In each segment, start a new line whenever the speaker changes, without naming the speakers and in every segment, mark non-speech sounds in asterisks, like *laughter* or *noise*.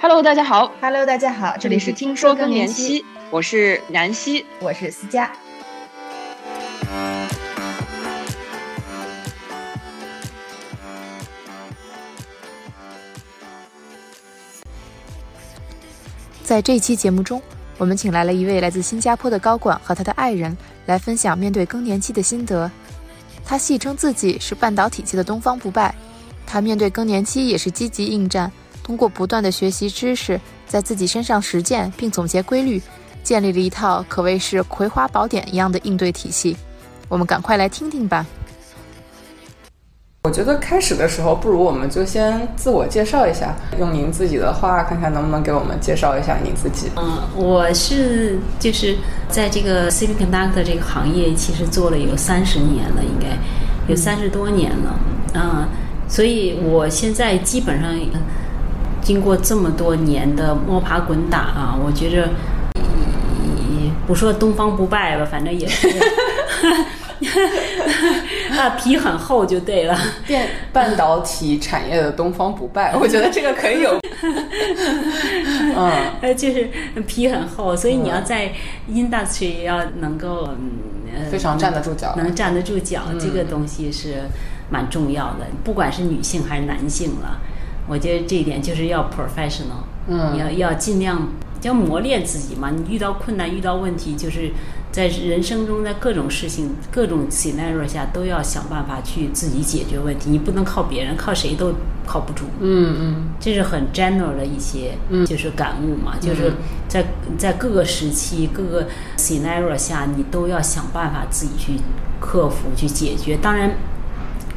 Hello，大家好，
Hello，大家好，
这
这
里
里
是
嗯
是
听
听
说
嗯说
更
更
年
年
期
期，，
我是南希。
我是思佳。
在这期节目中，我们请来了一位来自新加坡的高管和他的爱人来分享面对更年期的心得。他戏称自己是半导体界的东方不败，他面对更年期也是积极应战，通过不断的学习知识，在自己身上实践并总结规律，建立了一套可谓是葵花宝典一样的应对体系。我们赶快来听听吧。
我觉得开始的时候，不如我们就先自我介绍一下，用您自己的话，看看能不能给我们介绍一下您自己。
嗯，我是就是在这个 semiconductor 这个行业，其实做了有三十年了，应该有三十多年了。嗯，所以我现在基本上呃经过这么多年的摸爬滚打啊，我觉着以不说东方不败吧，反正也是啊皮很厚就对了。
电半导体产业的东方不
*laughs*
败，我觉得这个可以有。嗯，
呃，就是皮很厚，所以你要在 industry 要能够嗯呃
非常站得住脚
能站得住脚，这个东西是蛮重要的，不管是女性还是男性了，我觉得这一点就是要 professional，
嗯
要要尽量要磨练自己嘛，你遇到困难遇到问题就是。在人生中，在各种事情、各种 scenario 下，都要想办法去自己解决问题。你不能靠别人，靠谁都靠不住。
嗯嗯
这是很 general 的一些，就是感悟嘛，嗯就是在在各个时期、各个 scenario 下，你都要想办法自己去克服、去解决。当然，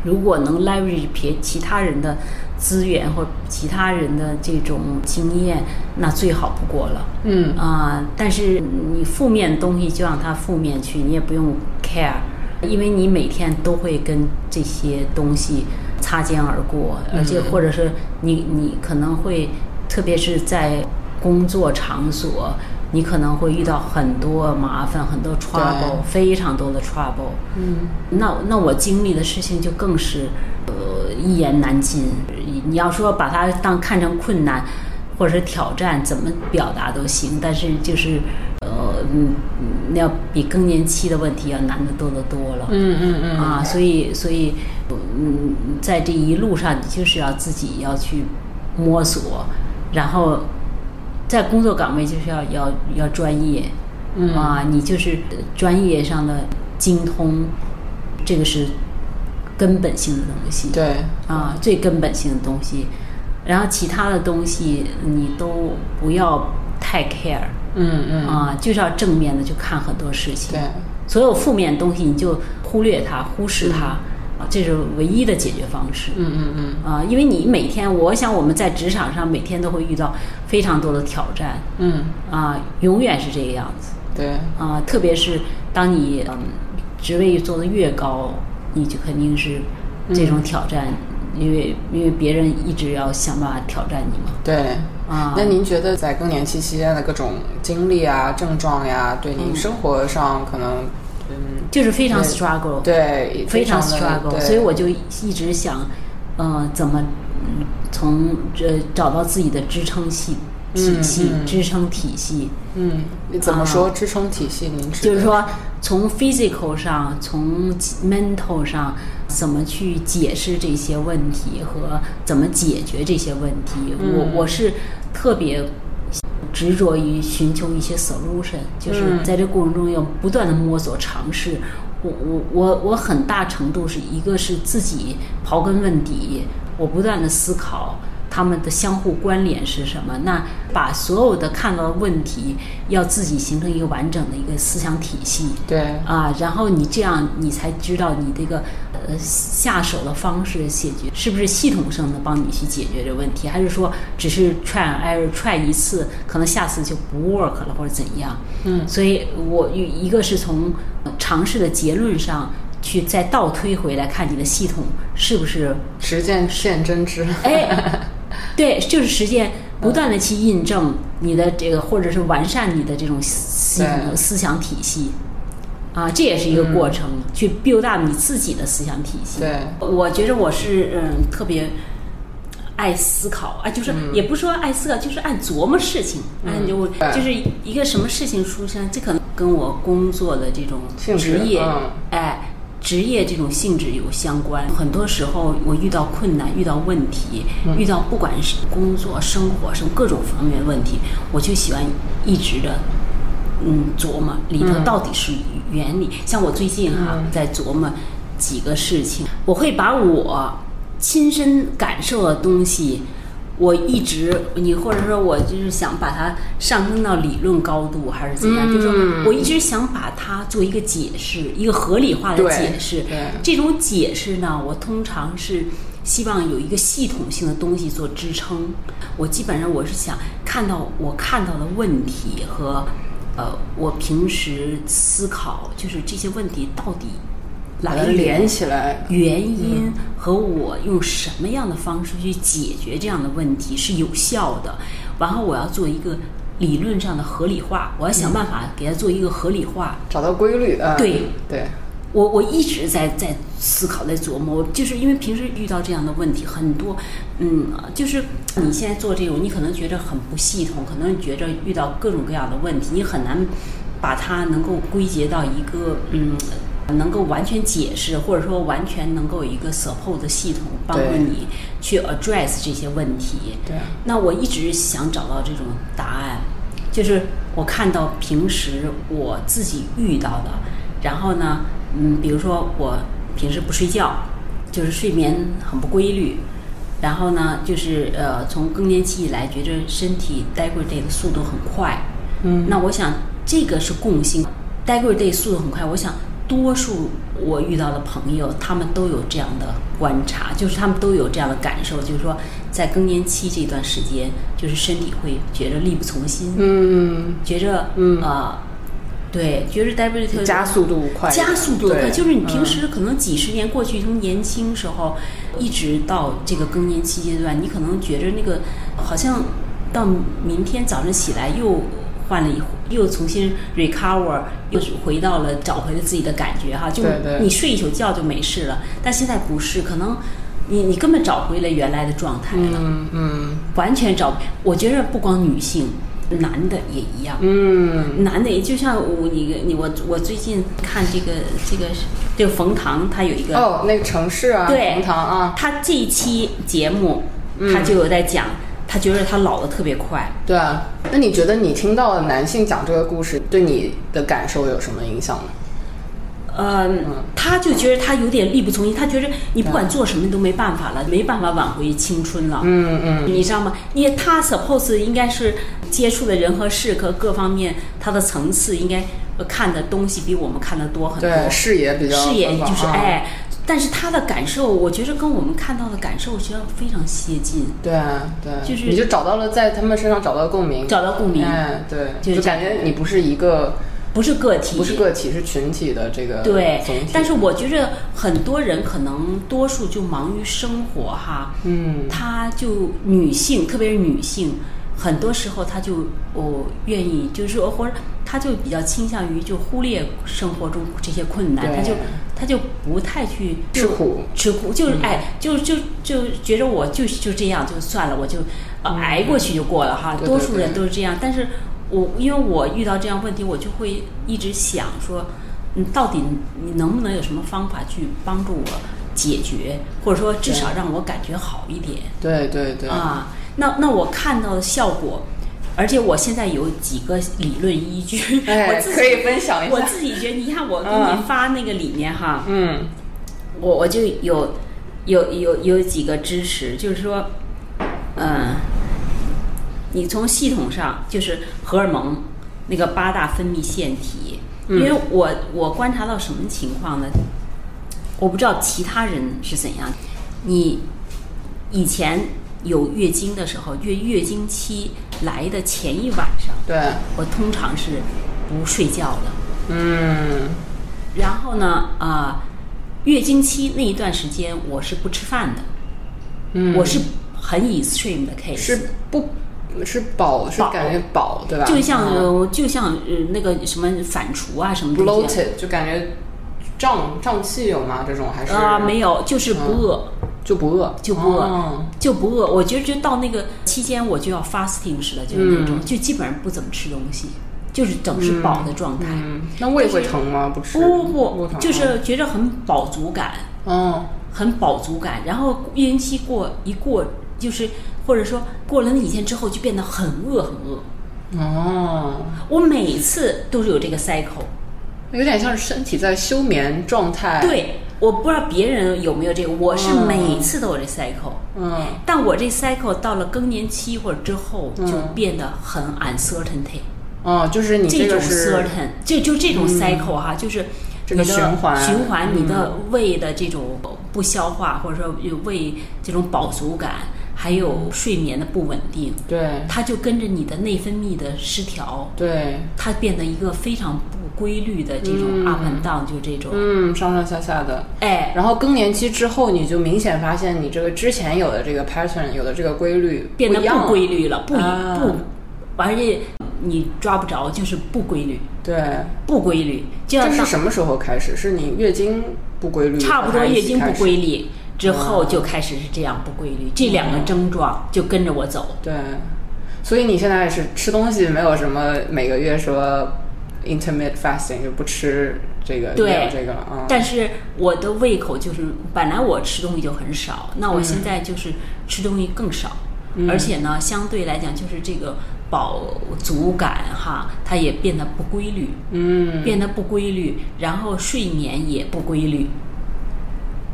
如果能 leverage 别其他人的资源或其他人的这种经验，那最好不过了。
嗯
啊、但是你负面的东西就让它负面去，你也不用 care，因为你每天都会跟这些东西擦肩而过，
嗯
而且或者是你你可能会，特别是在工作场所，你可能会遇到很多麻烦，很多 trouble，非常多的 trouble。
嗯，
那那我经历的事情就更是，呃，一言难尽。你要说把它当看成困难，或者是挑战，怎么表达都行，但是就是，呃，嗯，嗯要比更年期的问题要难得多得多了。
嗯嗯嗯
啊，所以所以，嗯，在这一路上，你就是要自己要去摸索，然后在工作岗位就是要要要专业，
嗯
啊，你就是呃专业上的精通，这个是根本性的东西。
对，
啊，最根本性的东西，然后其他的东西你都不要太 care。
嗯嗯
啊，就是要正面的去看很多事情。
对，
所有负面的东西你就忽略它、忽视它，啊这是唯一的解决方式。
嗯嗯嗯
啊，因为你每天，我想我们在职场上每天都会遇到非常多的挑战，
嗯，
啊，永远是这个样子。
对，
啊，特别是当你嗯职位做得越高，你就肯定是这种挑战，
嗯
因为因为别人一直要想办法挑战你嘛。
对。
啊，
那您觉得在更年期期间的各种经历啊、症状呀，对您生活上可能，嗯，
就是非常
对
struggle，
对，
非常
的
struggle，
对
所以我就一直想，呃，怎么嗯从呃找到自己的支撑系体
嗯
系、
嗯
支撑体系，
嗯，你怎么说支撑体系？您指的
就是说从 physical 上，从 mental 上，怎么去解释这些问题和怎么解决这些问题，
嗯
我我是特别。执着于寻求一些 solution，就是
嗯
在这过程中要不断的摸索尝试。我我我我很大程度是一个是自己刨根问底，我不断的思考他们的相互关联是什么。那把所有的看到的问题，要自己形成一个完整的一个思想体系。
对，
啊，然后你这样你才知道你这个呃下手的方式解决是不是系统性的帮你去解决这问题，还是说只是 try and error try 一次，可能下次就不 work 了或者怎样？
嗯
所以我有一个是从呃尝试的结论上去再倒推回来看你的系统是不是
实践现真知。
*laughs* 哎，对，就是实践，不断的去印证你的这个，或者是完善你的这种系
对
统思想体系。啊，这也是一个过程，
嗯
去 build up 你自己的思想体系。
对
我觉得我是嗯特别爱思考啊，就是也不是说爱思考，就是爱琢磨事情。嗯，就
嗯对
就是一个什么事情出现，这可能跟我工作的这种
性质
职业，
嗯
哎，职业这种性质有相关。很多时候我遇到困难、遇到问题、
嗯
遇到不管是工作、生活什么各种方面的问题，我就喜欢一直的。嗯，琢磨里头到底是原理。像我最近哈、
嗯
在琢磨几个事情，我会把我亲身感受的东西，我一直你或者说我就是想把它上升到理论高度，还是怎样？就是说我一直想把它做一个解释，一个合理化的
对
解释
对。
这种解释呢，我通常是希望有一个系统性的东西做支撑。我基本上我是想看到我看到的问题和呃，我平时思考就是这些问题到底
把它
来源
连起来，
原因和我用什么样的方式去解决这样的问题是有效的，然后我要做一个理论上的合理化，我要想办法给它做一个合理化。
找到规律啊。
对
对，
我我一直在在思考，在琢磨，我就是因为平时遇到这样的问题很多，嗯，就是你现在做这种，你可能觉得很不系统，可能觉着遇到各种各样的问题，你很难把它能够归结到一个嗯。能够完全解释，或者说完全能够有一个 support 的系统，帮助
对
你去 address 这些问题。
对
那我一直想找到这种答案，就是我看到平时我自己遇到的，然后呢，嗯，比如说我平时不睡觉，就是睡眠很不规律，然后呢，就是呃，从更年期以来，觉着身体 degrade 的速度很快，嗯，那我想这个是共性，degrade 速度很快，我想。多数我遇到的朋友，他们都有这样的观察，就是他们都有这样的感受，就是说，在更年期这段时间，就是身体会觉着力不从心，
嗯，
觉着嗯啊、对，觉着 w 特
加速度快一点，
加速度快，
对
就是你平
嗯
时可能几十年过去，从年轻时候一直到这个更年期阶段，你可能觉着那个好像到明天早上起来又换了一回。又重新 recover，又回到了找回了自己的感觉哈，就
对对
你睡一宿觉就没事了，但现在不是，可能你你根本找回了原来的状态了，
嗯嗯
完全找。我觉着不光女性，男的也一样，
嗯，
男的也就像我你你我我最近看这个这个这个冯唐他有一个、
哦，那个城市啊，
对
红糖啊，
他这一期节目、
嗯
他就有在讲，他觉得他老的特别快，
对啊。那你觉得你听到了男性讲这个故事，对你的感受有什么影响呢？
嗯，他就觉得他有点力不从心，他觉得你不管做什么你都没办法了，没办法挽回青春了。
嗯嗯，
你知道吗？因为他 suppose 应该是接触的人和事和各方面，他的层次应该呃看的东西比我们看的多很多。
对，视野比较
视野
宽
就
广
是
啊，
哎，但是他的感受，我觉得跟我们看到的感受实际上非常接近，
对啊对啊，
就是
你就找到了在他们身上找到共鸣，
找到共鸣，
哎，
就
对，
是
就
这
感
样
觉你不是一个
不是个体，
不是个体，是群体的这个
对
总体，，
但是我觉着很多人可能多数就忙于生活哈，
嗯，
她就女性，特别是女性，很多时候她就哦愿意，就是说或者她就比较倾向于就忽略生活中这些困难，
对
她就她就不太去
吃苦，嗯
吃苦，就是哎，就就就觉着我就就这样就算了，我就、呃挨过去就过了哈。
嗯对对
多数人
对
都是这样，但是我因为我遇到这样问题，我就会一直想说，嗯，到底你能不能有什么方法去帮助我解决，或者说至少让我感觉好一点。
对对对，
啊，那那我看到的效果，而且我现在有几个理论依据， *laughs*
哎
我自己
可以分享一下
我自己觉得，你看我给
嗯
你发那个里面哈，
嗯，
我我就有有有有几个支持，就是说，嗯、你从系统上就是荷尔蒙那个八大分泌腺体，因为我我观察到什么情况呢？我不知道其他人是怎样。你以前有月经的时候，月月经期来的前一晚上，
对，
我通常是不睡觉的。
嗯，
然后呢，啊、月经期那一段时间我是不吃饭的，
嗯
我是很 extreme 的 case，
是不，是饱，是
饱
感觉饱，对吧？
就像、
嗯
呃就像呃那个什么反刍啊什么东西啊
bloated，就感觉胀胀气有吗？这种还是嗯
啊、没有，就是不饿。
就不饿，
就不饿，
哦
就不饿。我觉得就到那个期间，我就要 fasting 似的，就是那种，
嗯
就基本上不怎么吃东西，就是整是饱的状态。
嗯，那胃会疼吗？不吃，
不
不
不
疼
不，
啊
就是觉得很饱足感，
嗯，
很饱足感。然后孕期过一过，就是或者说过了那几天之后，就变得很饿很饿。
哦，
我每次都是有这个 cycle，
有点像是身体在休眠状态，，
对，我不知道别人有没有这个，我是
嗯
每次都有这 cycle。
嗯，
但我这 cycle 到了更年期或者之后，
嗯
就变得很 uncertainty，、
哦，就是你
这
个
种
是嗯
certain，这就这种 cycle 哈、就是
这个
你的
循环嗯
循环你的胃的这种不消化，或者说有胃这种饱足感，还有睡眠的不稳定，
对
它就跟着你的内分泌的失调，
对，
它变得一个非常不规律的这种 up and down，、就这种，
嗯，上上下下的。
哎，
然后更年期之后，你就明显发现你这个之前有的这个 pattern，有的这个规律
变得
一样
不规律了，不一、
啊
不，而且你抓不着，就是不规律。
对，
不规律，就要
这是
到
什么时候开始？是你月经不规律，
差不多
还是
月经
一
不
开始嗯
规律之后就开始是这样不规律，这两个症状就跟着我走。
对，所以你现在也是吃东西没有什么每个月说 intermittent fasting 就不吃这个
对
没有这个了啊。
但是我的胃口就是，本来我吃东西就很少，那
嗯
我现在就是吃东西更少，而且呢，相对来讲就是这个饱足感哈，它也变得不规律，
嗯，
变得不规律，然后睡眠也不规律，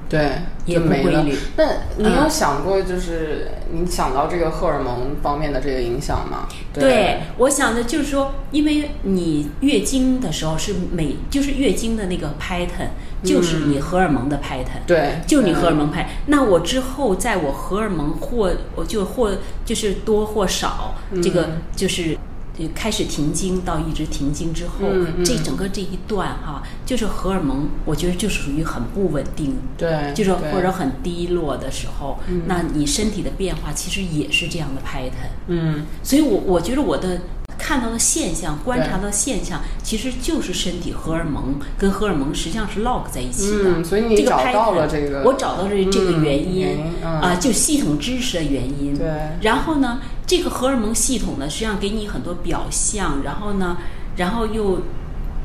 对，
也
就
不嗯
没
规
了
律。
那你有想过，就是你想到这个荷尔蒙方面的这个影响吗？
对，我想的就是说，因为你月经的时候是每就是月经的那个 pattern，就是
嗯
你荷尔蒙的 pattern，、
对，
就你荷尔
嗯
蒙派。那我之后在我荷尔蒙或我就或就是多或少，
嗯
这个就是。呃开始停经到一直停经之后，
嗯嗯
这整个这一段哈、就是荷尔蒙，我觉得就属于很不稳定，
对，
就是
嗯对
或者很低落的时候，那你身体的变化其实也是这样的 pattern。
嗯，
所以我我觉得我的看到的现象、观察到的现象，其实就是身体荷尔蒙跟荷尔蒙实际上是 log 在一起的。
嗯所以你
这个
找到了
pattern，
这个
我找到了这个
嗯
原因
原因嗯
啊，就系统支持的原因。
对
然后呢，这个荷尔蒙系统呢，实际上给你很多表象，然后呢，然后又。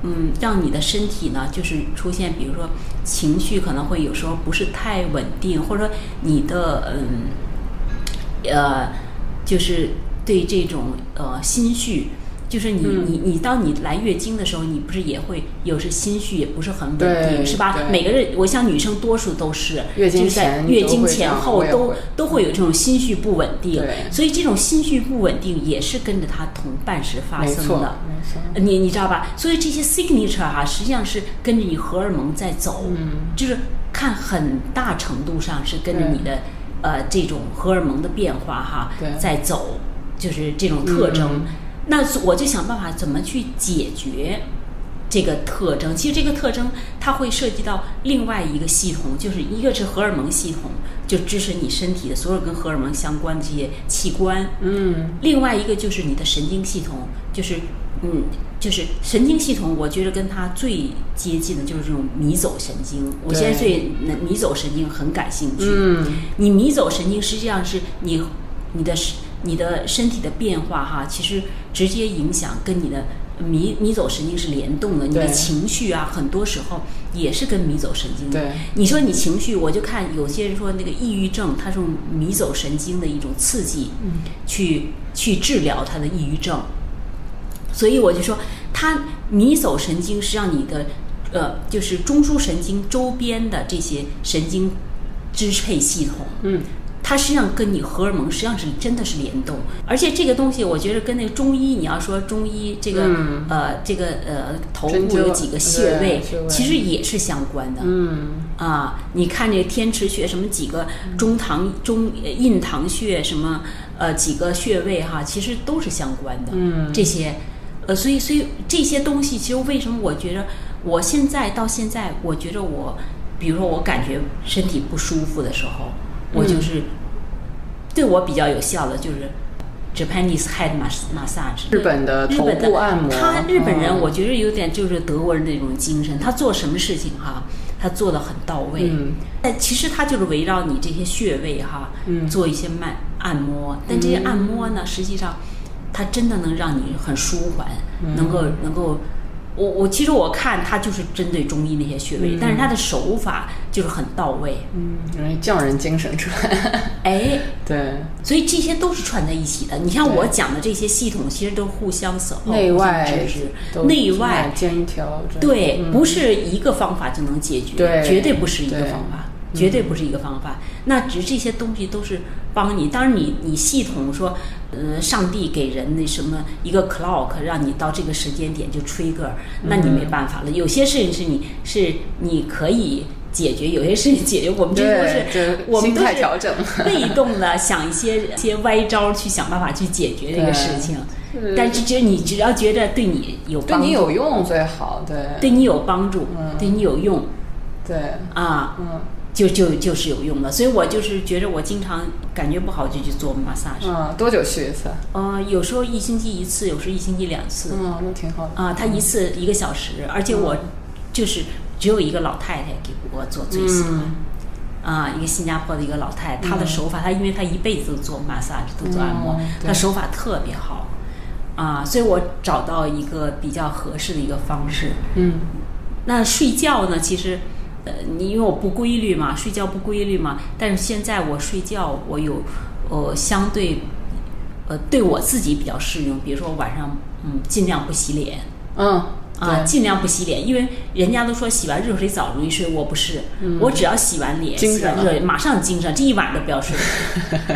嗯，让你的身体呢，就是出现，比如说情绪可能会有时候不是太稳定，或者说你的嗯呃，就是对这种呃心绪，就是你、
嗯
你你当你来月经的时候，你不是也会有时心绪也不是很稳
对
定，是吧
对？
每个人，我想女生多数都是，
月经
就是在
前
月
都
经
会这
前
样
后
我也
都
会
都会有这种心绪不稳定
对，
所以这种心绪不稳定也是跟着它同伴时发
没错，
生
没
的。
错，
你你知道吧？所以这些 signature 哈、实际上是跟着你荷尔蒙在走，就是看很大程度上是跟着你的呃这种荷尔蒙的变化哈、
对
在走，就是这种特征。那我就想办法怎么去解决这个特征。其实这个特征它会涉及到另外一个系统，就是一个是荷尔蒙系统，就支持你身体的所有跟荷尔蒙相关的这些器官，
嗯，
另外一个就是你的神经系统，就是嗯，就是神经系统，我觉得跟它最接近的就是这种迷走神经。我现在对迷走神经很感兴趣。嗯，你迷走神经实际上是你你的你的身体的变化哈，其实直接影响跟你的。迷迷走神经是联动的，你的
对
情绪啊，很多时候也是跟迷走神经。
对，
你说你情绪，我就看有些人说那个抑郁症，它是用迷走神经的一种刺激，嗯，去去治疗他的抑郁症。所以我就说，它迷走神经是让你的，呃，就是中枢神经周边的这些神经支配系统，
嗯，
它实际上跟你荷尔蒙实际上是真的是联动，而且这个东西我觉得跟那个中医，你要说中医这个、呃这个呃头
嗯针
部有
灸
几个
对
穴位
穴位，
其实也是相关的，
嗯，
啊，你看这天池穴什么几个中堂中呃印堂穴什么呃几个穴位哈，其实都是相关的。嗯，这些呃，所以所以这些东西，其实为什么我觉得我现在到现在，我觉得我，比如说我感觉身体不舒服的时候，我
嗯
就是、对我比较有效的就是 Japanese head mas- massage，
日本的
日
头
本
部
的
按摩，
他日本人
嗯
我觉得有点就是德国人那种精神，他做什么事情哈、它做的很到位。
嗯，
但其实它就是围绕你这些穴位哈，
嗯
做一些慢按摩。但这些按摩呢，实际上它真的能让你很舒缓，
嗯
能够能够。我我其实我看它就是针对中医那些穴位，但是它的手法就是很到位。
嗯，容易匠人精神出来。
哎，
对，
所以这些都是串在一起的。你像我
对
讲的这些系统，其实都互相损耗、
内
互相
外
支持
都
内外
肩调整，
对，
嗯
不是一个方法就能解决，
对
绝对不是一个
对嗯
方法，绝对不是一个方法。那只这些东西都是帮你，当然你你系统说，呃，上帝给人那什么一个 clock，让你到这个时间点就 trigger，那
嗯
你没办法了。有些事情是你是你可以。解决有些事情解决，我们这都
对
是
就
我们
心
都
态
是
调整
被动的想一些一些歪招儿去想办法去解决这个
对
事情，但是只你只要觉得对你有
对
帮助，
你有用最好，对
对你有帮助，
嗯
对你有用
对，
啊，
嗯
就就就是有用的。所以我就是觉着我经常感觉不好就去做 massage，
嗯，多久去一次？
呃，有时候一星期一次，有时候一星期两次，
嗯，那挺好的。
啊，他一次一个小时，而且我就是只有一个老太太给我做最
嗯
喜欢。啊，一个新加坡的一个老太太，她的手法，她因为她一辈子都做 massage，都做按摩，
哦对
她手法特别好，啊，所以我找到一个比较合适的一个方式。
嗯，
那睡觉呢，其实，呃，你因为我不规律嘛，睡觉不规律嘛，但是现在我睡觉，我有，呃，相对，呃，对我自己比较适用，比如说晚上，嗯，尽量不洗脸，
嗯，
啊，
对
尽量不洗脸，因为人家都说洗完热水澡容易睡，我不是，我只要洗完
嗯
脸，
精
洗
神
完
了
热，马上精神，这一晚都不要
*laughs*
睡。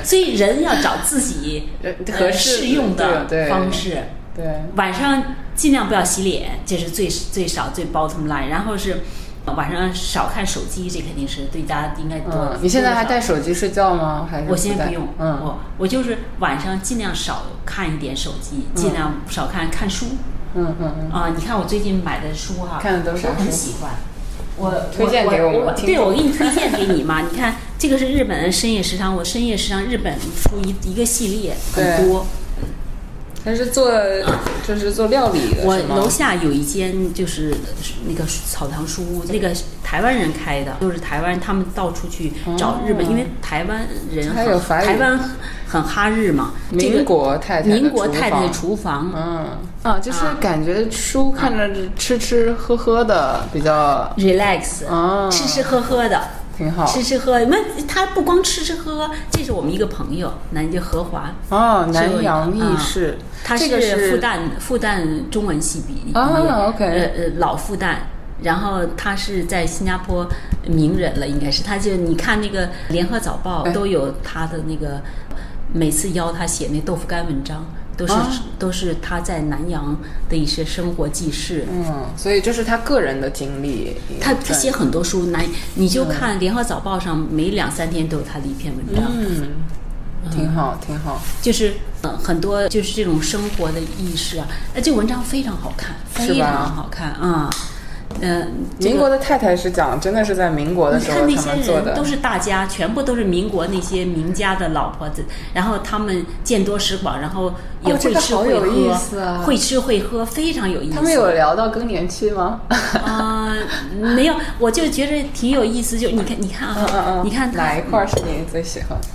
所以人要找自己
人
呃
*laughs* 合适
适用的
对对
方式。
对，
晚上尽量不要洗脸，这是最最少最 bottom line。然后是呃晚上少看手机，这肯定是对大家应该多。
嗯，你现在还
多
带
少
手机睡觉吗？还是
我现在
带
不用，
嗯
我我就是晚上尽量少看一点手机，尽量少看看书。
嗯嗯嗯，
啊、你看我最近买的书哈、
看的都是
我很
书
喜欢。我
推荐给
我
我们听
对
众
我给你推荐给你嘛。 *laughs* 你看这个是日本的深夜食堂，我深夜食堂日本出一一个系列很
对
多。
他是做就是做料理的，
我
是吗
楼下有一间就是那个草堂书屋，那个台湾人开的，就是台湾他们到处去找日本，因为台湾人
还有哦
很
法语
台湾很哈日嘛，这
民
个
国太太的
民国
厨
太太的
房
厨啊房，
嗯啊，就是感觉书看着吃吃喝喝的比较
relax，、
哦
吃吃喝喝的，
挺好
吃吃喝，那他不光吃吃喝，喝，这是我们一个朋友，南就何华，
哦，南
是
洋
啊
意式，
他
这个
复旦复旦中文系毕业，
啊，OK
呃呃老复旦。然后他是在新加坡名人了，应该是他就你看那个《联合早报
哎》
都有他的那个，每次邀他写那豆腐干文章，都是、
啊
都是他在南洋的一些生活记事。
嗯，所以这是他个人的经历，
他
对
他写很多书，难你就看《联合早报》上每两三天都有他的一篇文章，
嗯，挺好，挺好，
就是呃很多就是这种生活的意识啊，哎，这文章非常好看，
是吧
非常好看啊，嗯、呃，这
民
个
国的太太是讲，真的是在民国的
你
时候
看那
他
些
们做
人
的
都，是大家，全部都是民国那些名家的老婆子，然后他们见多识广，然后也
哦这
会
个
吃
好
会
有意
喝，
思啊
会吃会喝，非常有意思。
他们有聊到更年期吗？
*laughs* 啊、没有，我就觉得挺有意思，就你看，你看啊，
嗯嗯嗯，
你看他
*laughs* 哪一块儿是你最喜欢的？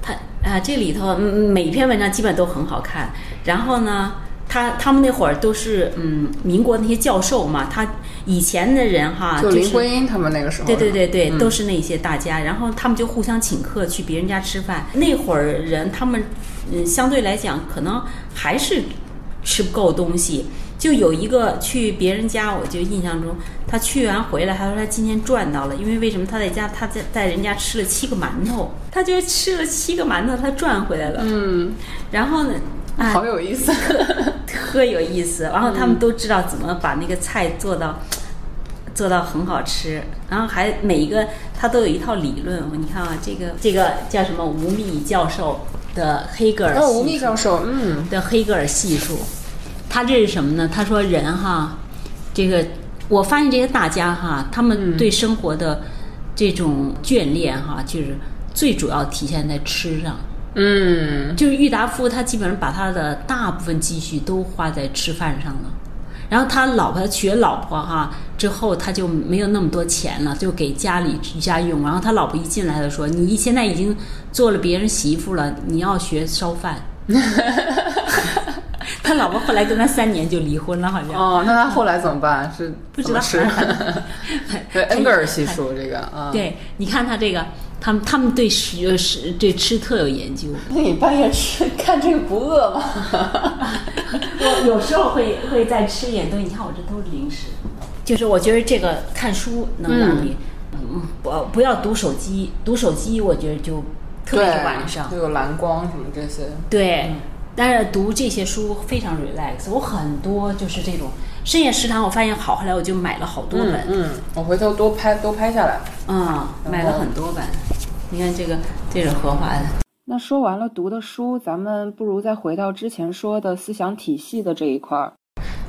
他啊，这里头嗯每篇文章基本都很好看。然后呢，他他们那会儿都是嗯，民国那些教授嘛，他以前的人哈，
就
啊就是
林徽因他们那个时候，
对对，对对，都是那些大家，然后他们就互相请客去别人家吃饭。那会儿人他们，嗯，相对来讲可能还是吃不够东西。就有一个去别人家，我就印象中，他去完回来，他说他今天赚到了，因为为什么他在家他在在人家吃了七个馒头，他觉得吃了七个馒头他赚回来了，
嗯，
然后呢，啊、
好有意
*laughs*
思，
特有意思。然后他
嗯
们都知道怎么把那个菜做到、做到很好吃，然后还每一个他都有一套理论。你看啊，这个这个叫什么吴宓教授的黑格尔系
哦，
数
吴宓教授，嗯，
的黑格尔系数，他这是什么呢？他说人哈，这个我发现这些大家哈，
嗯
他们对生活的这种眷恋哈，就是最主要体现在吃上。
嗯，
就是郁达夫，他基本上把他的大部分积蓄都花在吃饭上了。然后他老婆娶了老婆哈、之后，他就没有那么多钱了，就给家里家用。然后他老婆一进来就说：“你现在已经做了别人媳妇了，你要学
*laughs*
烧饭。”他老婆后来跟他三年就离婚了，好像。
哦，那他后来怎么办？是
不知
怎么
道哎
吃？
*laughs*
对，恩格尔系数这个啊。，
对，你看他这个，他们他们对食呃食对吃特有研究。
那你半夜吃看这个不饿吗？
我有时候会会再吃一点东西，你看我这都是零食。就是我觉得这个看书能让你，嗯，不不要读手机，读手机我觉得就 *laughs* 特别是晚上，
就有蓝光什么这些。
对。但是读这些书非常 relax，我很多就是这种深夜食堂，我发现好，后来我就买了好多本，
嗯，我回头多拍多拍下来。
嗯，买了很多本。你看这个，这是荷花的，
那说完了读的书，咱们不如再回到之前说的思想体系的这一块儿。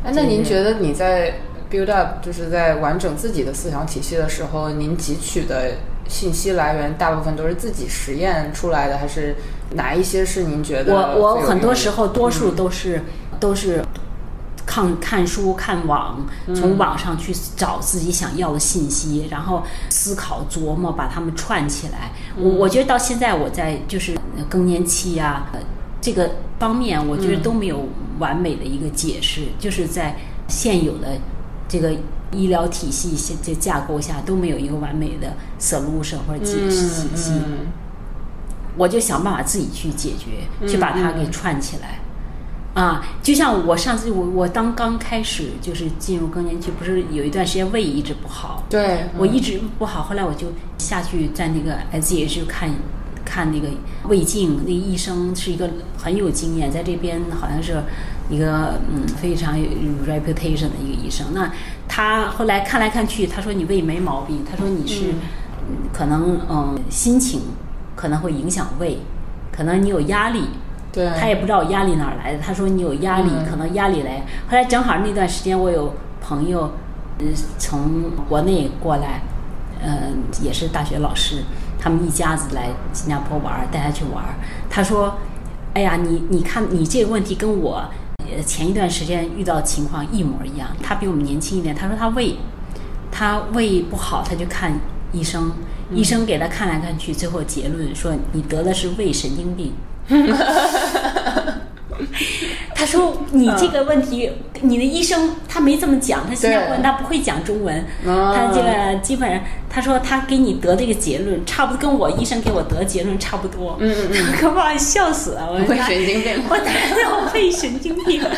哎，那您觉得你在 build up，就是在完整自己的思想体系的时候，您汲取的信息来源大部分都是自己实验出来的，还是哪一些是您觉得
我我
最有
很
用
多
的
时候多
嗯
数都是、都是看看书、看网，
嗯
从网上去找自己想要的信息，然后思考琢磨，把它们串起来。我
嗯
我觉得到现在我在就是呃更年期啊、呃这个方面，我
嗯
觉得都没有完美的一个解释，就是在现有的这个。医疗体系现这架构下都没有一个完美的 solution 或者解释体系，
嗯嗯
我就想办法自己去解决，去把它给串起来。啊，就像我上次我我当刚开始就是进入更年期，不是有一段时间胃一直不好，
对，
我
嗯
一直不好，后来我就下去在那个 SGH 看看那个胃镜，那个医生是一个很有经验，在这边好像是一个嗯非常有 reputation 的一个医生。那他后来看来看去，他说你胃没毛病，他说你是、嗯可能嗯心情可能会影响胃，可能你有压力，
对，
他也不知道我压力哪儿来的，他说你有压力，可能压力来。后来正好那段时间，我有朋友，呃，从国内过来，呃，也是大学老师，他们一家子来新加坡玩儿，带他去玩儿。他说：“哎呀，你你看你这个问题跟我呃前一段时间遇到的情况一模一样。”他比我们年轻一点，他说他胃他胃不好，他就看医生，医生给他看来看去，最后结论说你得的是胃神经病。他说你这个问题，你的医生他没这么讲，他新加坡人
对
他不会讲中文，
啊
他这个基本上他说他给你得这个结论，差不多跟我医生给我得结论差不多。嗯嗯嗯，可把我笑死了，我
胃神经病
我我我胃神经病。 *laughs*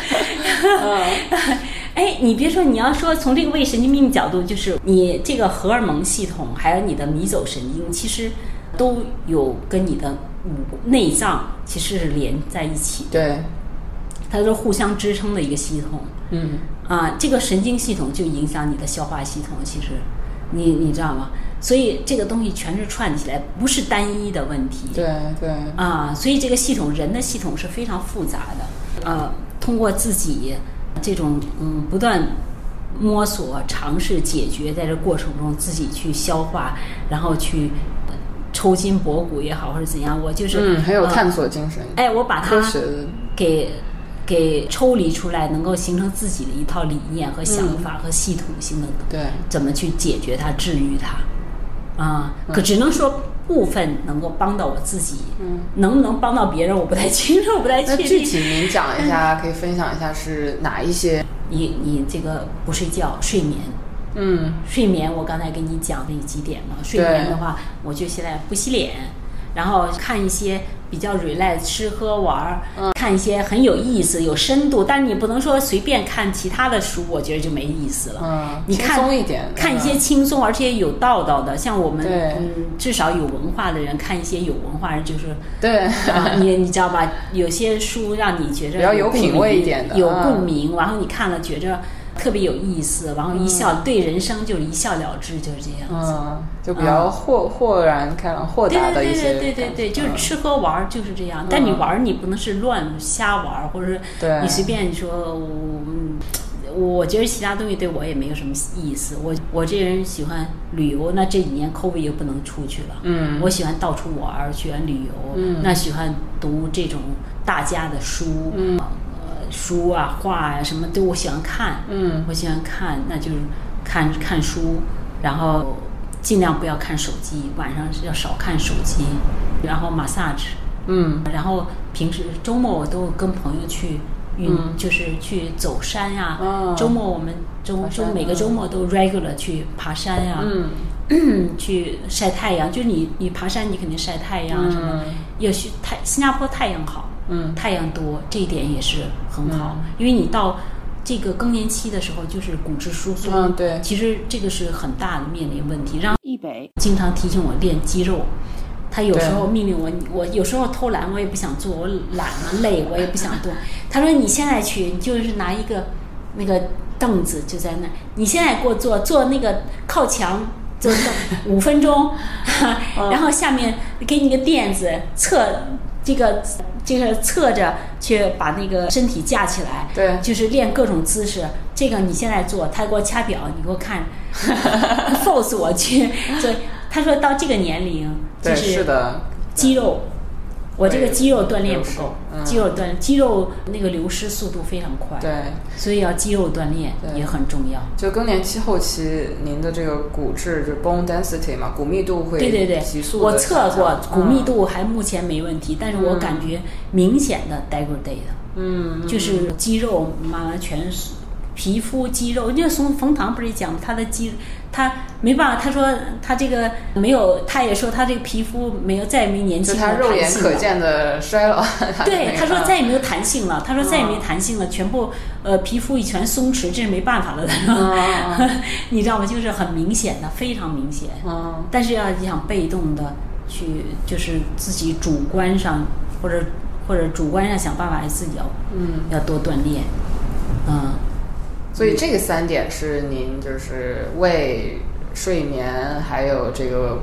哎，你别说，你要说从这个胃神经病角度，就是你这个荷尔蒙系统，还有你的迷走神经，其实都有跟你的五内脏其实是连在一起的，
对，
它都是互相支撑的一个系统。
嗯，
啊，这个神经系统就影响你的消化系统，其实，你你知道吗？所以这个东西全是串起来，不是单一的问题。
对对，
啊，所以这个系统，人的系统是非常复杂的。呃，通过自己这种嗯不断摸索、尝试解决，在这过程中自己去消化，然后去呃抽筋博骨也好，或者怎样，我就是
嗯，很有
呃
探索精神，
哎，我把它
科学的
给给抽离出来，能够形成自己的一套理念和想法和系统性的，
嗯对
怎么去解决它、治愈它，啊，可
嗯
只能说部分能够帮到我自己，嗯，能不能帮到别人，我不太清楚，我不太
那
确
具体
定。嗯
您讲一下，可以分享一下是哪一些？
你你这个不睡觉，睡眠。
嗯，
睡眠，我刚才跟你讲那几点嘛。睡眠的话，我就现在不洗脸，然后看一些比较 relax 吃喝玩儿，
嗯
看一些很有意思、有深度。但你不能说随便看其他的书，我觉得就没意思了。
嗯
你看
轻松一点嗯
看一些轻松而且有道道的，像我们
对
嗯，至少有文化的人看一些有文化人就是。
对， *laughs*
啊，你你知道吧？有些书让你觉着
比较有
共
品
鸣
位一点的
有
啊
共鸣，然后你看了觉着特别有意思，然后一笑、对人生就是一笑了之，就是这样子。
*laughs* 嗯，就比较豁豁然开朗、豁
对
达的
对
一些嗯感觉，
对对对对对，就是吃喝玩儿就是这样。但你玩儿你不能是乱瞎玩儿，或者是
对
你随便说，我嗯我觉得其他东西对我也没有什么意思。我我这人喜欢旅游，那这几年 COVID 又不能出去了，
嗯
我喜欢到处玩儿，喜欢旅游，
嗯
那喜欢读这种大家的书，嗯。呃书啊、画呀、什么，对我喜欢看，
嗯
我喜欢看，那就是看看书，然后尽量不要看手机，晚上要少看手机，然后 massage，
嗯
然后平时周末我都跟朋友去运，
嗯
就是去走山呀、
嗯
周末我们周
爬
周
山
每个周末都 regular 去爬山呀、
嗯
*clears throat* 去晒太阳。就是你你爬山，你肯定晒太阳啊什么。
嗯
也许太新加坡太阳好，
嗯
太阳多，这一点也是很好，
嗯
因为你到。这个更年期的时候，就是骨质疏松，
嗯对
其实这个是很大的面临问题，让
一北
经常提醒我练肌肉。他有时候
对
命令我，我有时候偷懒，我也不想做，我懒了累，我也不想动。他说你现在去，你就是拿一个那个凳子就在那，你现在给我坐，坐那个靠墙。
*laughs*
坐凳五分钟，
嗯
然后下面给你个垫子，侧这个这个侧着去把那个身体架起来，
对
就是练各种姿势。这个你现在做，他给我掐表，你给我
*laughs*
看，force 我去所以他说到这个年龄，就
对是的，
肌肉，我这个
对
肌肉锻炼
流
不
失
够，
嗯
肌肉锻肌肉那个流失速度非常快，
对。
所以要肌肉锻炼
对
也很重要。
就更年期后期，您的这个骨质就 bone density 嘛，骨密度会
对对对
急，速地
我测过
下降嗯
骨密，度还目前没问题，但是我感觉明显的 degrade 的，
嗯，嗯
就是肌肉慢慢全是皮肤肌肉，因为从冯唐不是也讲他的肌，他没办法，他说他这个没有，他也说他这个皮肤没有再也没年
嗯就
轻的
它
弹
肉眼
性
可
了
见的衰老。 *laughs*
对，
它
他说
那个
再也没有弹性了，他说再也没
嗯
弹性了，全部呃皮肤一全松弛，这是没办法了。他
嗯
说， *laughs* 你知道吗？就是很明显的，非常明显。
嗯
但是要你想被动的去，就是自己主观上或者或者主观上想办法，还是自己要
嗯，
要多锻炼。嗯，
所以这个三点是您就是胃、睡眠还有这个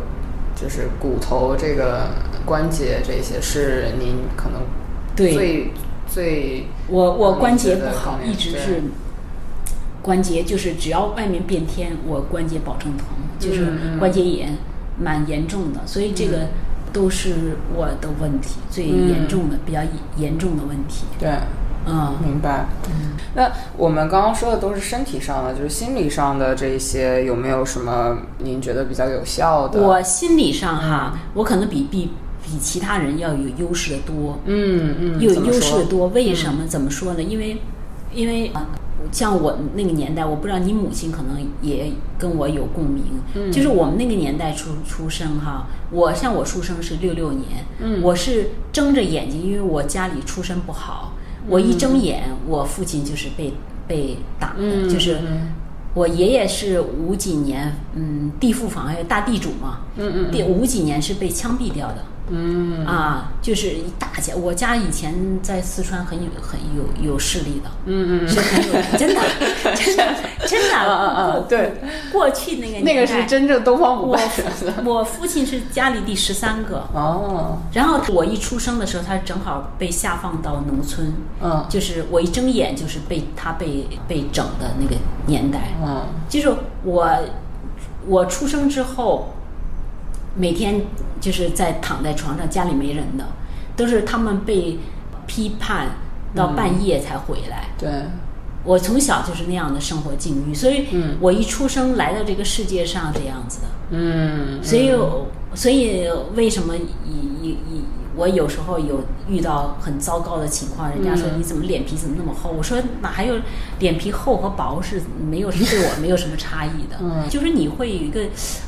就是骨头这个关节这些是您可能
对
最最
我我关
觉
节不
得
好
可，能
一直
对
是关节，就是只要外面变天，我关节保证疼，就是
嗯
关节炎蛮严重的，所以这个都是我的问题，最
嗯
严重的、比较严重的问题。
对。
嗯，
明白。那我们刚刚说的都是身体上的，就是心理上的这一些，有没有什么您觉得比较有效的？
我心理上哈，我可能比比比其他人要有优势的多。
嗯嗯，
有
怎么
优势
说嗯
的多。为什么？怎么说呢？因为，因为啊像我那个年代，我不知道你母亲可能也跟我有共鸣。
嗯
就是我们那个年代出出生哈，我像我出生是六六年，
嗯
我是睁着眼睛，因为我家里出身不好，我一睁眼，我父亲就是被被打的，
嗯
就是
嗯嗯
我爷爷是五几年，嗯，地富房还有大地主嘛，
嗯嗯嗯
第五几年是被枪毙掉的，
嗯
啊，就是一大家，我家以前在四川很有很有有势力的，
嗯嗯
是很有
*laughs*
真的真的真的，
嗯嗯
过
对，
过去那个年代
那个是真正东方不
我
败
父
的
我父亲是家里第十三个，
*laughs* 哦，
然后我一出生的时候，他正好被下放到农村，
嗯
就是我一睁眼就是被他被被整的那个年代，
嗯
就是我我出生之后，每天就是在躺在床上，家里没人的，都是他们被批判到半夜才回来。
对，
我从小就是那样的生活境遇，所以
嗯
我一出生来到这个世界上这样子的。
嗯，
所以，所以为什么以以以我有时候有遇到很糟糕的情况，人家说
嗯
你怎么脸皮怎么那么厚？我说哪还有脸皮厚和薄是没有对我没有什么差异的，
嗯
就是你会有一个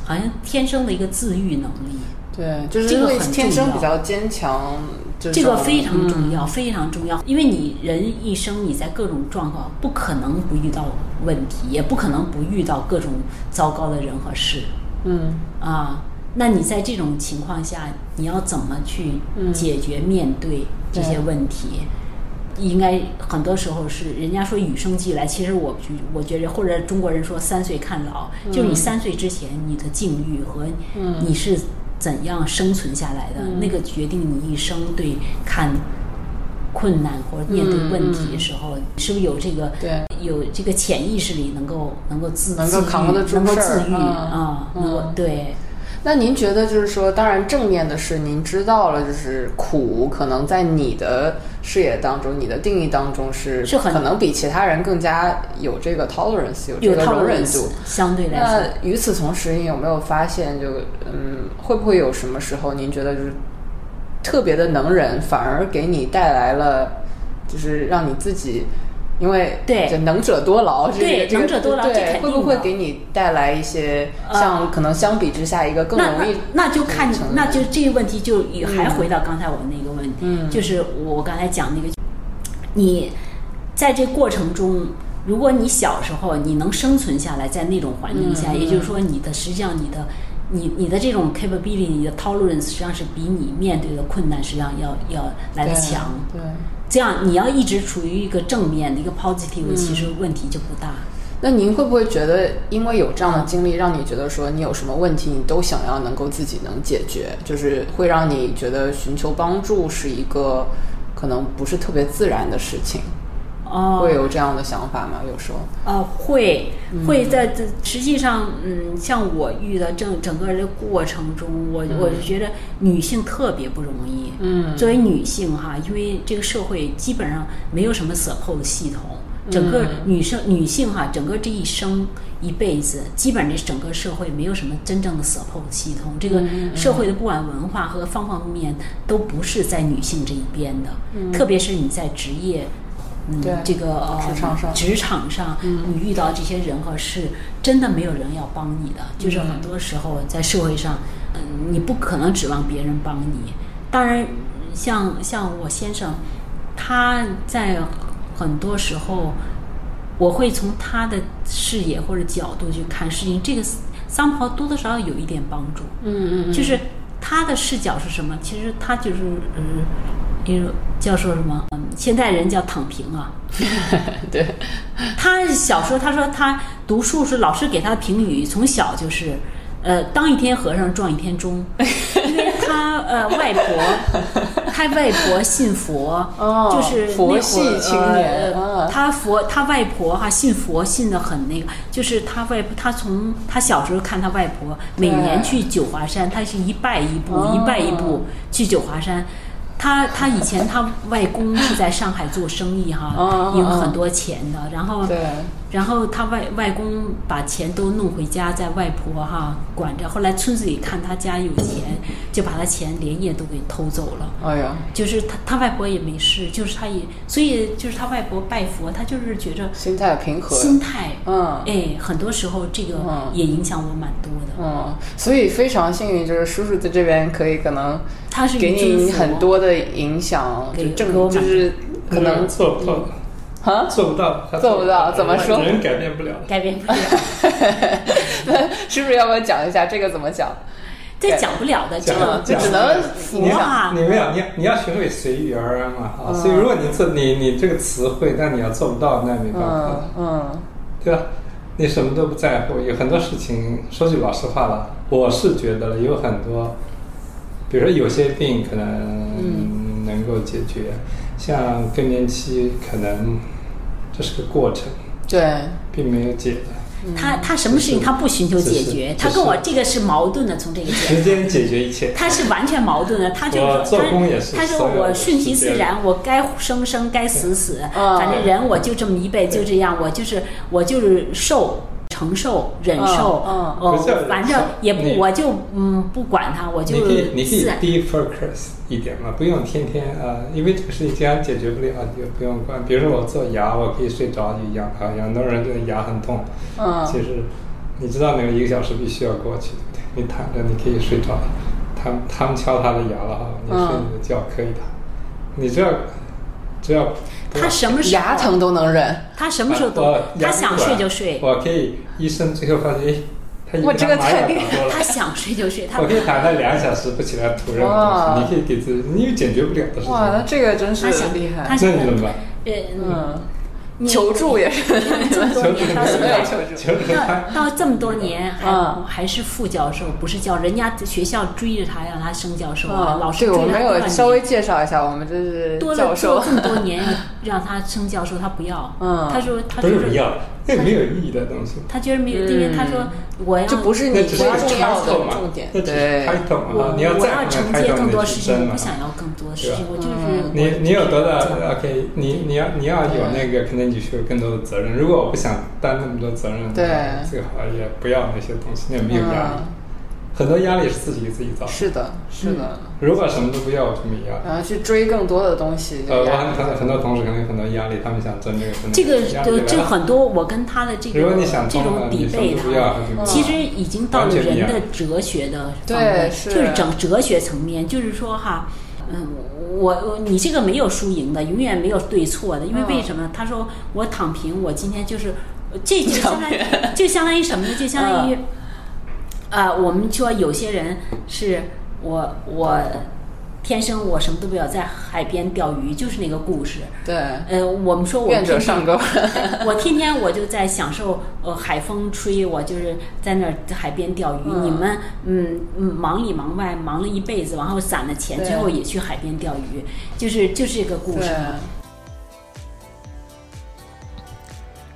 好像天生的一个自愈能力，
对，就是
这
因
个
为
很
天
重
生
要
比较坚强，就
这个非常
要。嗯
重要，非常重要，因为你人一生你在各种状况不可能不遇到问题，也不可能不遇到各种糟糕的人和事，
嗯
啊，那你在这种情况下，你要怎么去
嗯
解决、面对这些问题？应该很多时候是人家说与生俱来，其实我觉我觉着，或者中国人说三岁看老，就是你三岁之前你的境遇和
嗯
你是怎样生存下来的，那个决定你一生对看困难或者面对问题的时候，是不是有这个
对
有这个潜意识里能够能够自
能够
自愈
扛得住
能够
事儿
自愈
嗯
啊，能够
嗯
对。
那您觉得就是说，当然正面的是您知道了，就是苦可能在你的视野当中、你的定义当中是
是很
可能比其他人更加有这个 tolerance，有这
有
个
套
容
路
忍度。，
相对来
那
说，
与此同时，你有没有发现就，嗯，会不会有什么时候您觉得就是嗯特别的能忍，反而给你带来了，就是让你自己，因为
对
就能者多劳，这个
对
这个
能者多劳
对
这肯定
会不会
的
给你带来一些
呃
像、可能相比之下一个更
那
容易
那那就看
成，
那就这个问题就也还回到刚才我那个问题，
嗯
就是我刚才讲那个，你在这过程中。如果你小时候你能生存下来，在那种环境下，
嗯
也就是说，你的实际上你的，你你的这种 capability，你的 tolerance 实际上是比你面对的困难实际上要要来的
对
强。
对。
这样你要一直处于一个正面的一个 positive，、其实问题就不大。
那您会不会觉得，因为有这样的经历，让你觉得说你有什么问题，你都想要能够自己能解决，就是会让你觉得寻求帮助是一个可能不是特别自然的事情，
哦，
会有这样的想法吗？有时候，
呃，会会在这实际上，嗯，像我遇到整整个的过程中，我我是觉得女性特别不容易。
嗯
作为女性哈，因为这个社会基本上没有什么 support 系统，
嗯
整个女生、女性哈，整个这一生一辈子，基本上这整个社会没有什么真正的 support 系统。这个
嗯
社会的不管文化和方方面面都不是在女性这一边的，特别是你在职业。嗯
嗯对，
这个呃，
职场上
职场上，
嗯
你遇到这些人和事，真的没有人要帮你的。就是很多时候在社会上，嗯，你不可能指望别人帮你。当然，像像我先生，他在很多时候，我会从他的视野或者角度去看事情，这个桑袍多多少少有一点帮助。
嗯嗯
就是他的视角是什么？其实他就是嗯，一种叫说什么？嗯，现代人叫躺平啊。
*laughs* 对，
他小时候他说他读书时老师给他的评语从小就是，呃，当一天和尚撞一天钟，因为他呃外婆，他外婆信佛，
哦
就是那
佛
会儿
系青年
呃
啊
他佛他外婆哈、信佛信的很那个，就是他外婆他从他小时候看他外婆每年去九华山，他是一拜一步、
哦
一拜一步去九华山。他他以前他外公是在上海做生意哈、
哦哦
赢
哦
很多钱的，然后
对，
然后他外外公把钱都弄回家，在外婆哈、管着。后来村子里看他家有钱，就把他钱连夜都给偷走了。
哎呀，
就是他他外婆也没事，就是他也，所以就是他外婆拜佛，他就是觉着
心态平和，
心态，
嗯
哎，很多时候这个
嗯
也影响我蛮多的。
嗯，所以非常幸运，就是叔叔在这边可以可能
他是
给
一尊
你
佛
很多的影响，就
给
正
给我
就
满嗯
是可能
做不到，
啊，
做不到，他
做不到怎么说
人改变不了的。
改变 *laughs* 不了，
*laughs* 是不是要不要讲一下这个怎么讲？
这讲不了的，这个
讲
就
讲
只能浮
你
哇
想。
要，你没有，你要你要学会随遇而安嘛
嗯
啊！所以如果你这你你这个词汇，但你要做不到，那没办法，
嗯嗯
对吧？你什么都不在乎，有很多事情，说句老实话了，我是觉得有很多，比如说有些病可能能够解决，像更年期可能这是个过程，，
对，
并没有解的。
嗯
他他什么事情他不寻求解决，
只是
他跟我这个是矛盾的，从这个角度
时间解决一切。
他是完全矛盾的，他就是
我做工也是
他他说
所有的
我顺其
时
自
间
然，我该生生该死死，
嗯
反正人我就这么一辈子就这样，我就是我就是受。承受、忍受，
嗯
哦
不是
反正也不
你，
我就嗯不管他，我就
你可以你可以
自然。
低 focus 一点嘛，不用天天啊、呃因为这个事情既然解决不了，你就不用管。比如说我做牙，我可以睡着就养它，很多人觉得牙很痛，
嗯
其实你知道那个一个小时必须要过去，对不对？你躺着你可以睡着，他们他们敲他的牙了哈，你睡你的觉可以的，你只要只要
他什么时候
牙疼，都能忍。
他什么时候都
啊我，
他想睡就睡，
我可以医生最后发现，哎，他一
哇这个
麻药
太
打
厉害
多了
他想睡就睡，他
我可以躺在两小时不起来吐任
哇
何东西，你可以给自己，你有解决不了的事情，
哇，那这个真是
他想
厉害
他。
那你怎么办？
*laughs*
呃，嗯
嗯，
你
求助也是。
这么多
求助
年到现
没
在
有，求助他，
到到这么多年还、
嗯
还是副教授，不是教人家学校追着他让他升教授啊，
*laughs* 嗯
老师
这
追
个
着
我
他
们没
多少
有
年
稍微介绍一下，我们这是
多了
教
做
授
这。么多年让他升教授，他不要，
*laughs* 嗯
他说他
不
说
是不要，那没有意义的东西。
他觉得没有，因为他说我要
嗯这不是
那
你
只是一
重
个
要
title
的
嘛
重点，
那只是
对，
title 嘛
我，
你要
我
再
要承接
title
更多
那
事
是
情，
真
我
嘛
不。想要更多事
啊
情，
对吧
我就是
嗯你你有多大
这样
OK？你你要你要有那个，肯定你是有更多的责任。如果我不想担那么多责任，
对
那最好也不要那些东西，那没有压力。
嗯
很多压力是自己给自己造的。
是的，是的，
嗯
如果什么都不要，我就没压力。
然后去追更多的东西，
呃，
就
我
压
很很很多同事可能有很多压力，他们想争这个争
这个呃
压力
就
来
这
了
很多，我跟他的这
如
个
果你想
这
通
种
了
抵
你什么
背
都不要
他
就，
其实已经到了
完全不一
人
样
的哲学的
对
方面，
是
就是整哲学层面，就是说哈，嗯，我我你这个没有输赢的，永远没有对错的，因为
嗯
为什么？他说我躺平，我今天就是这就相当于就相当于什么呢？就相当
嗯
于。啊，我们说有些人是我我天生我什么都不要，在海边钓鱼，就是那个故事。
对，
呃，我们说我
愿者
天天
上钩
*laughs* 我天天我就在享受呃海风吹，我就是在那儿海边钓鱼。
嗯
你们嗯嗯忙里忙外忙了一辈子，然后攒了钱，
对
最后也去海边钓鱼，就是就是这个故
对
事。，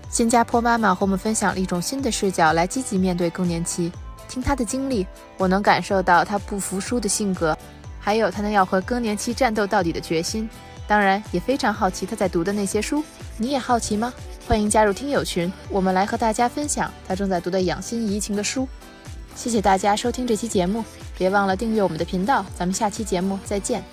新加坡妈妈和我们分享了一种新的视角来积极面对更年期。听她的经历，我能感受到她不服输的性格，还有她能要和更年期战斗到底的决心。当然，也非常好奇她在读的那些书。你也好奇吗？欢迎加入听友群，我们来和大家分享她正在读的养心怡情的书。谢谢大家收听这期节目，别忘了订阅我们的频道，咱们下期节目再见。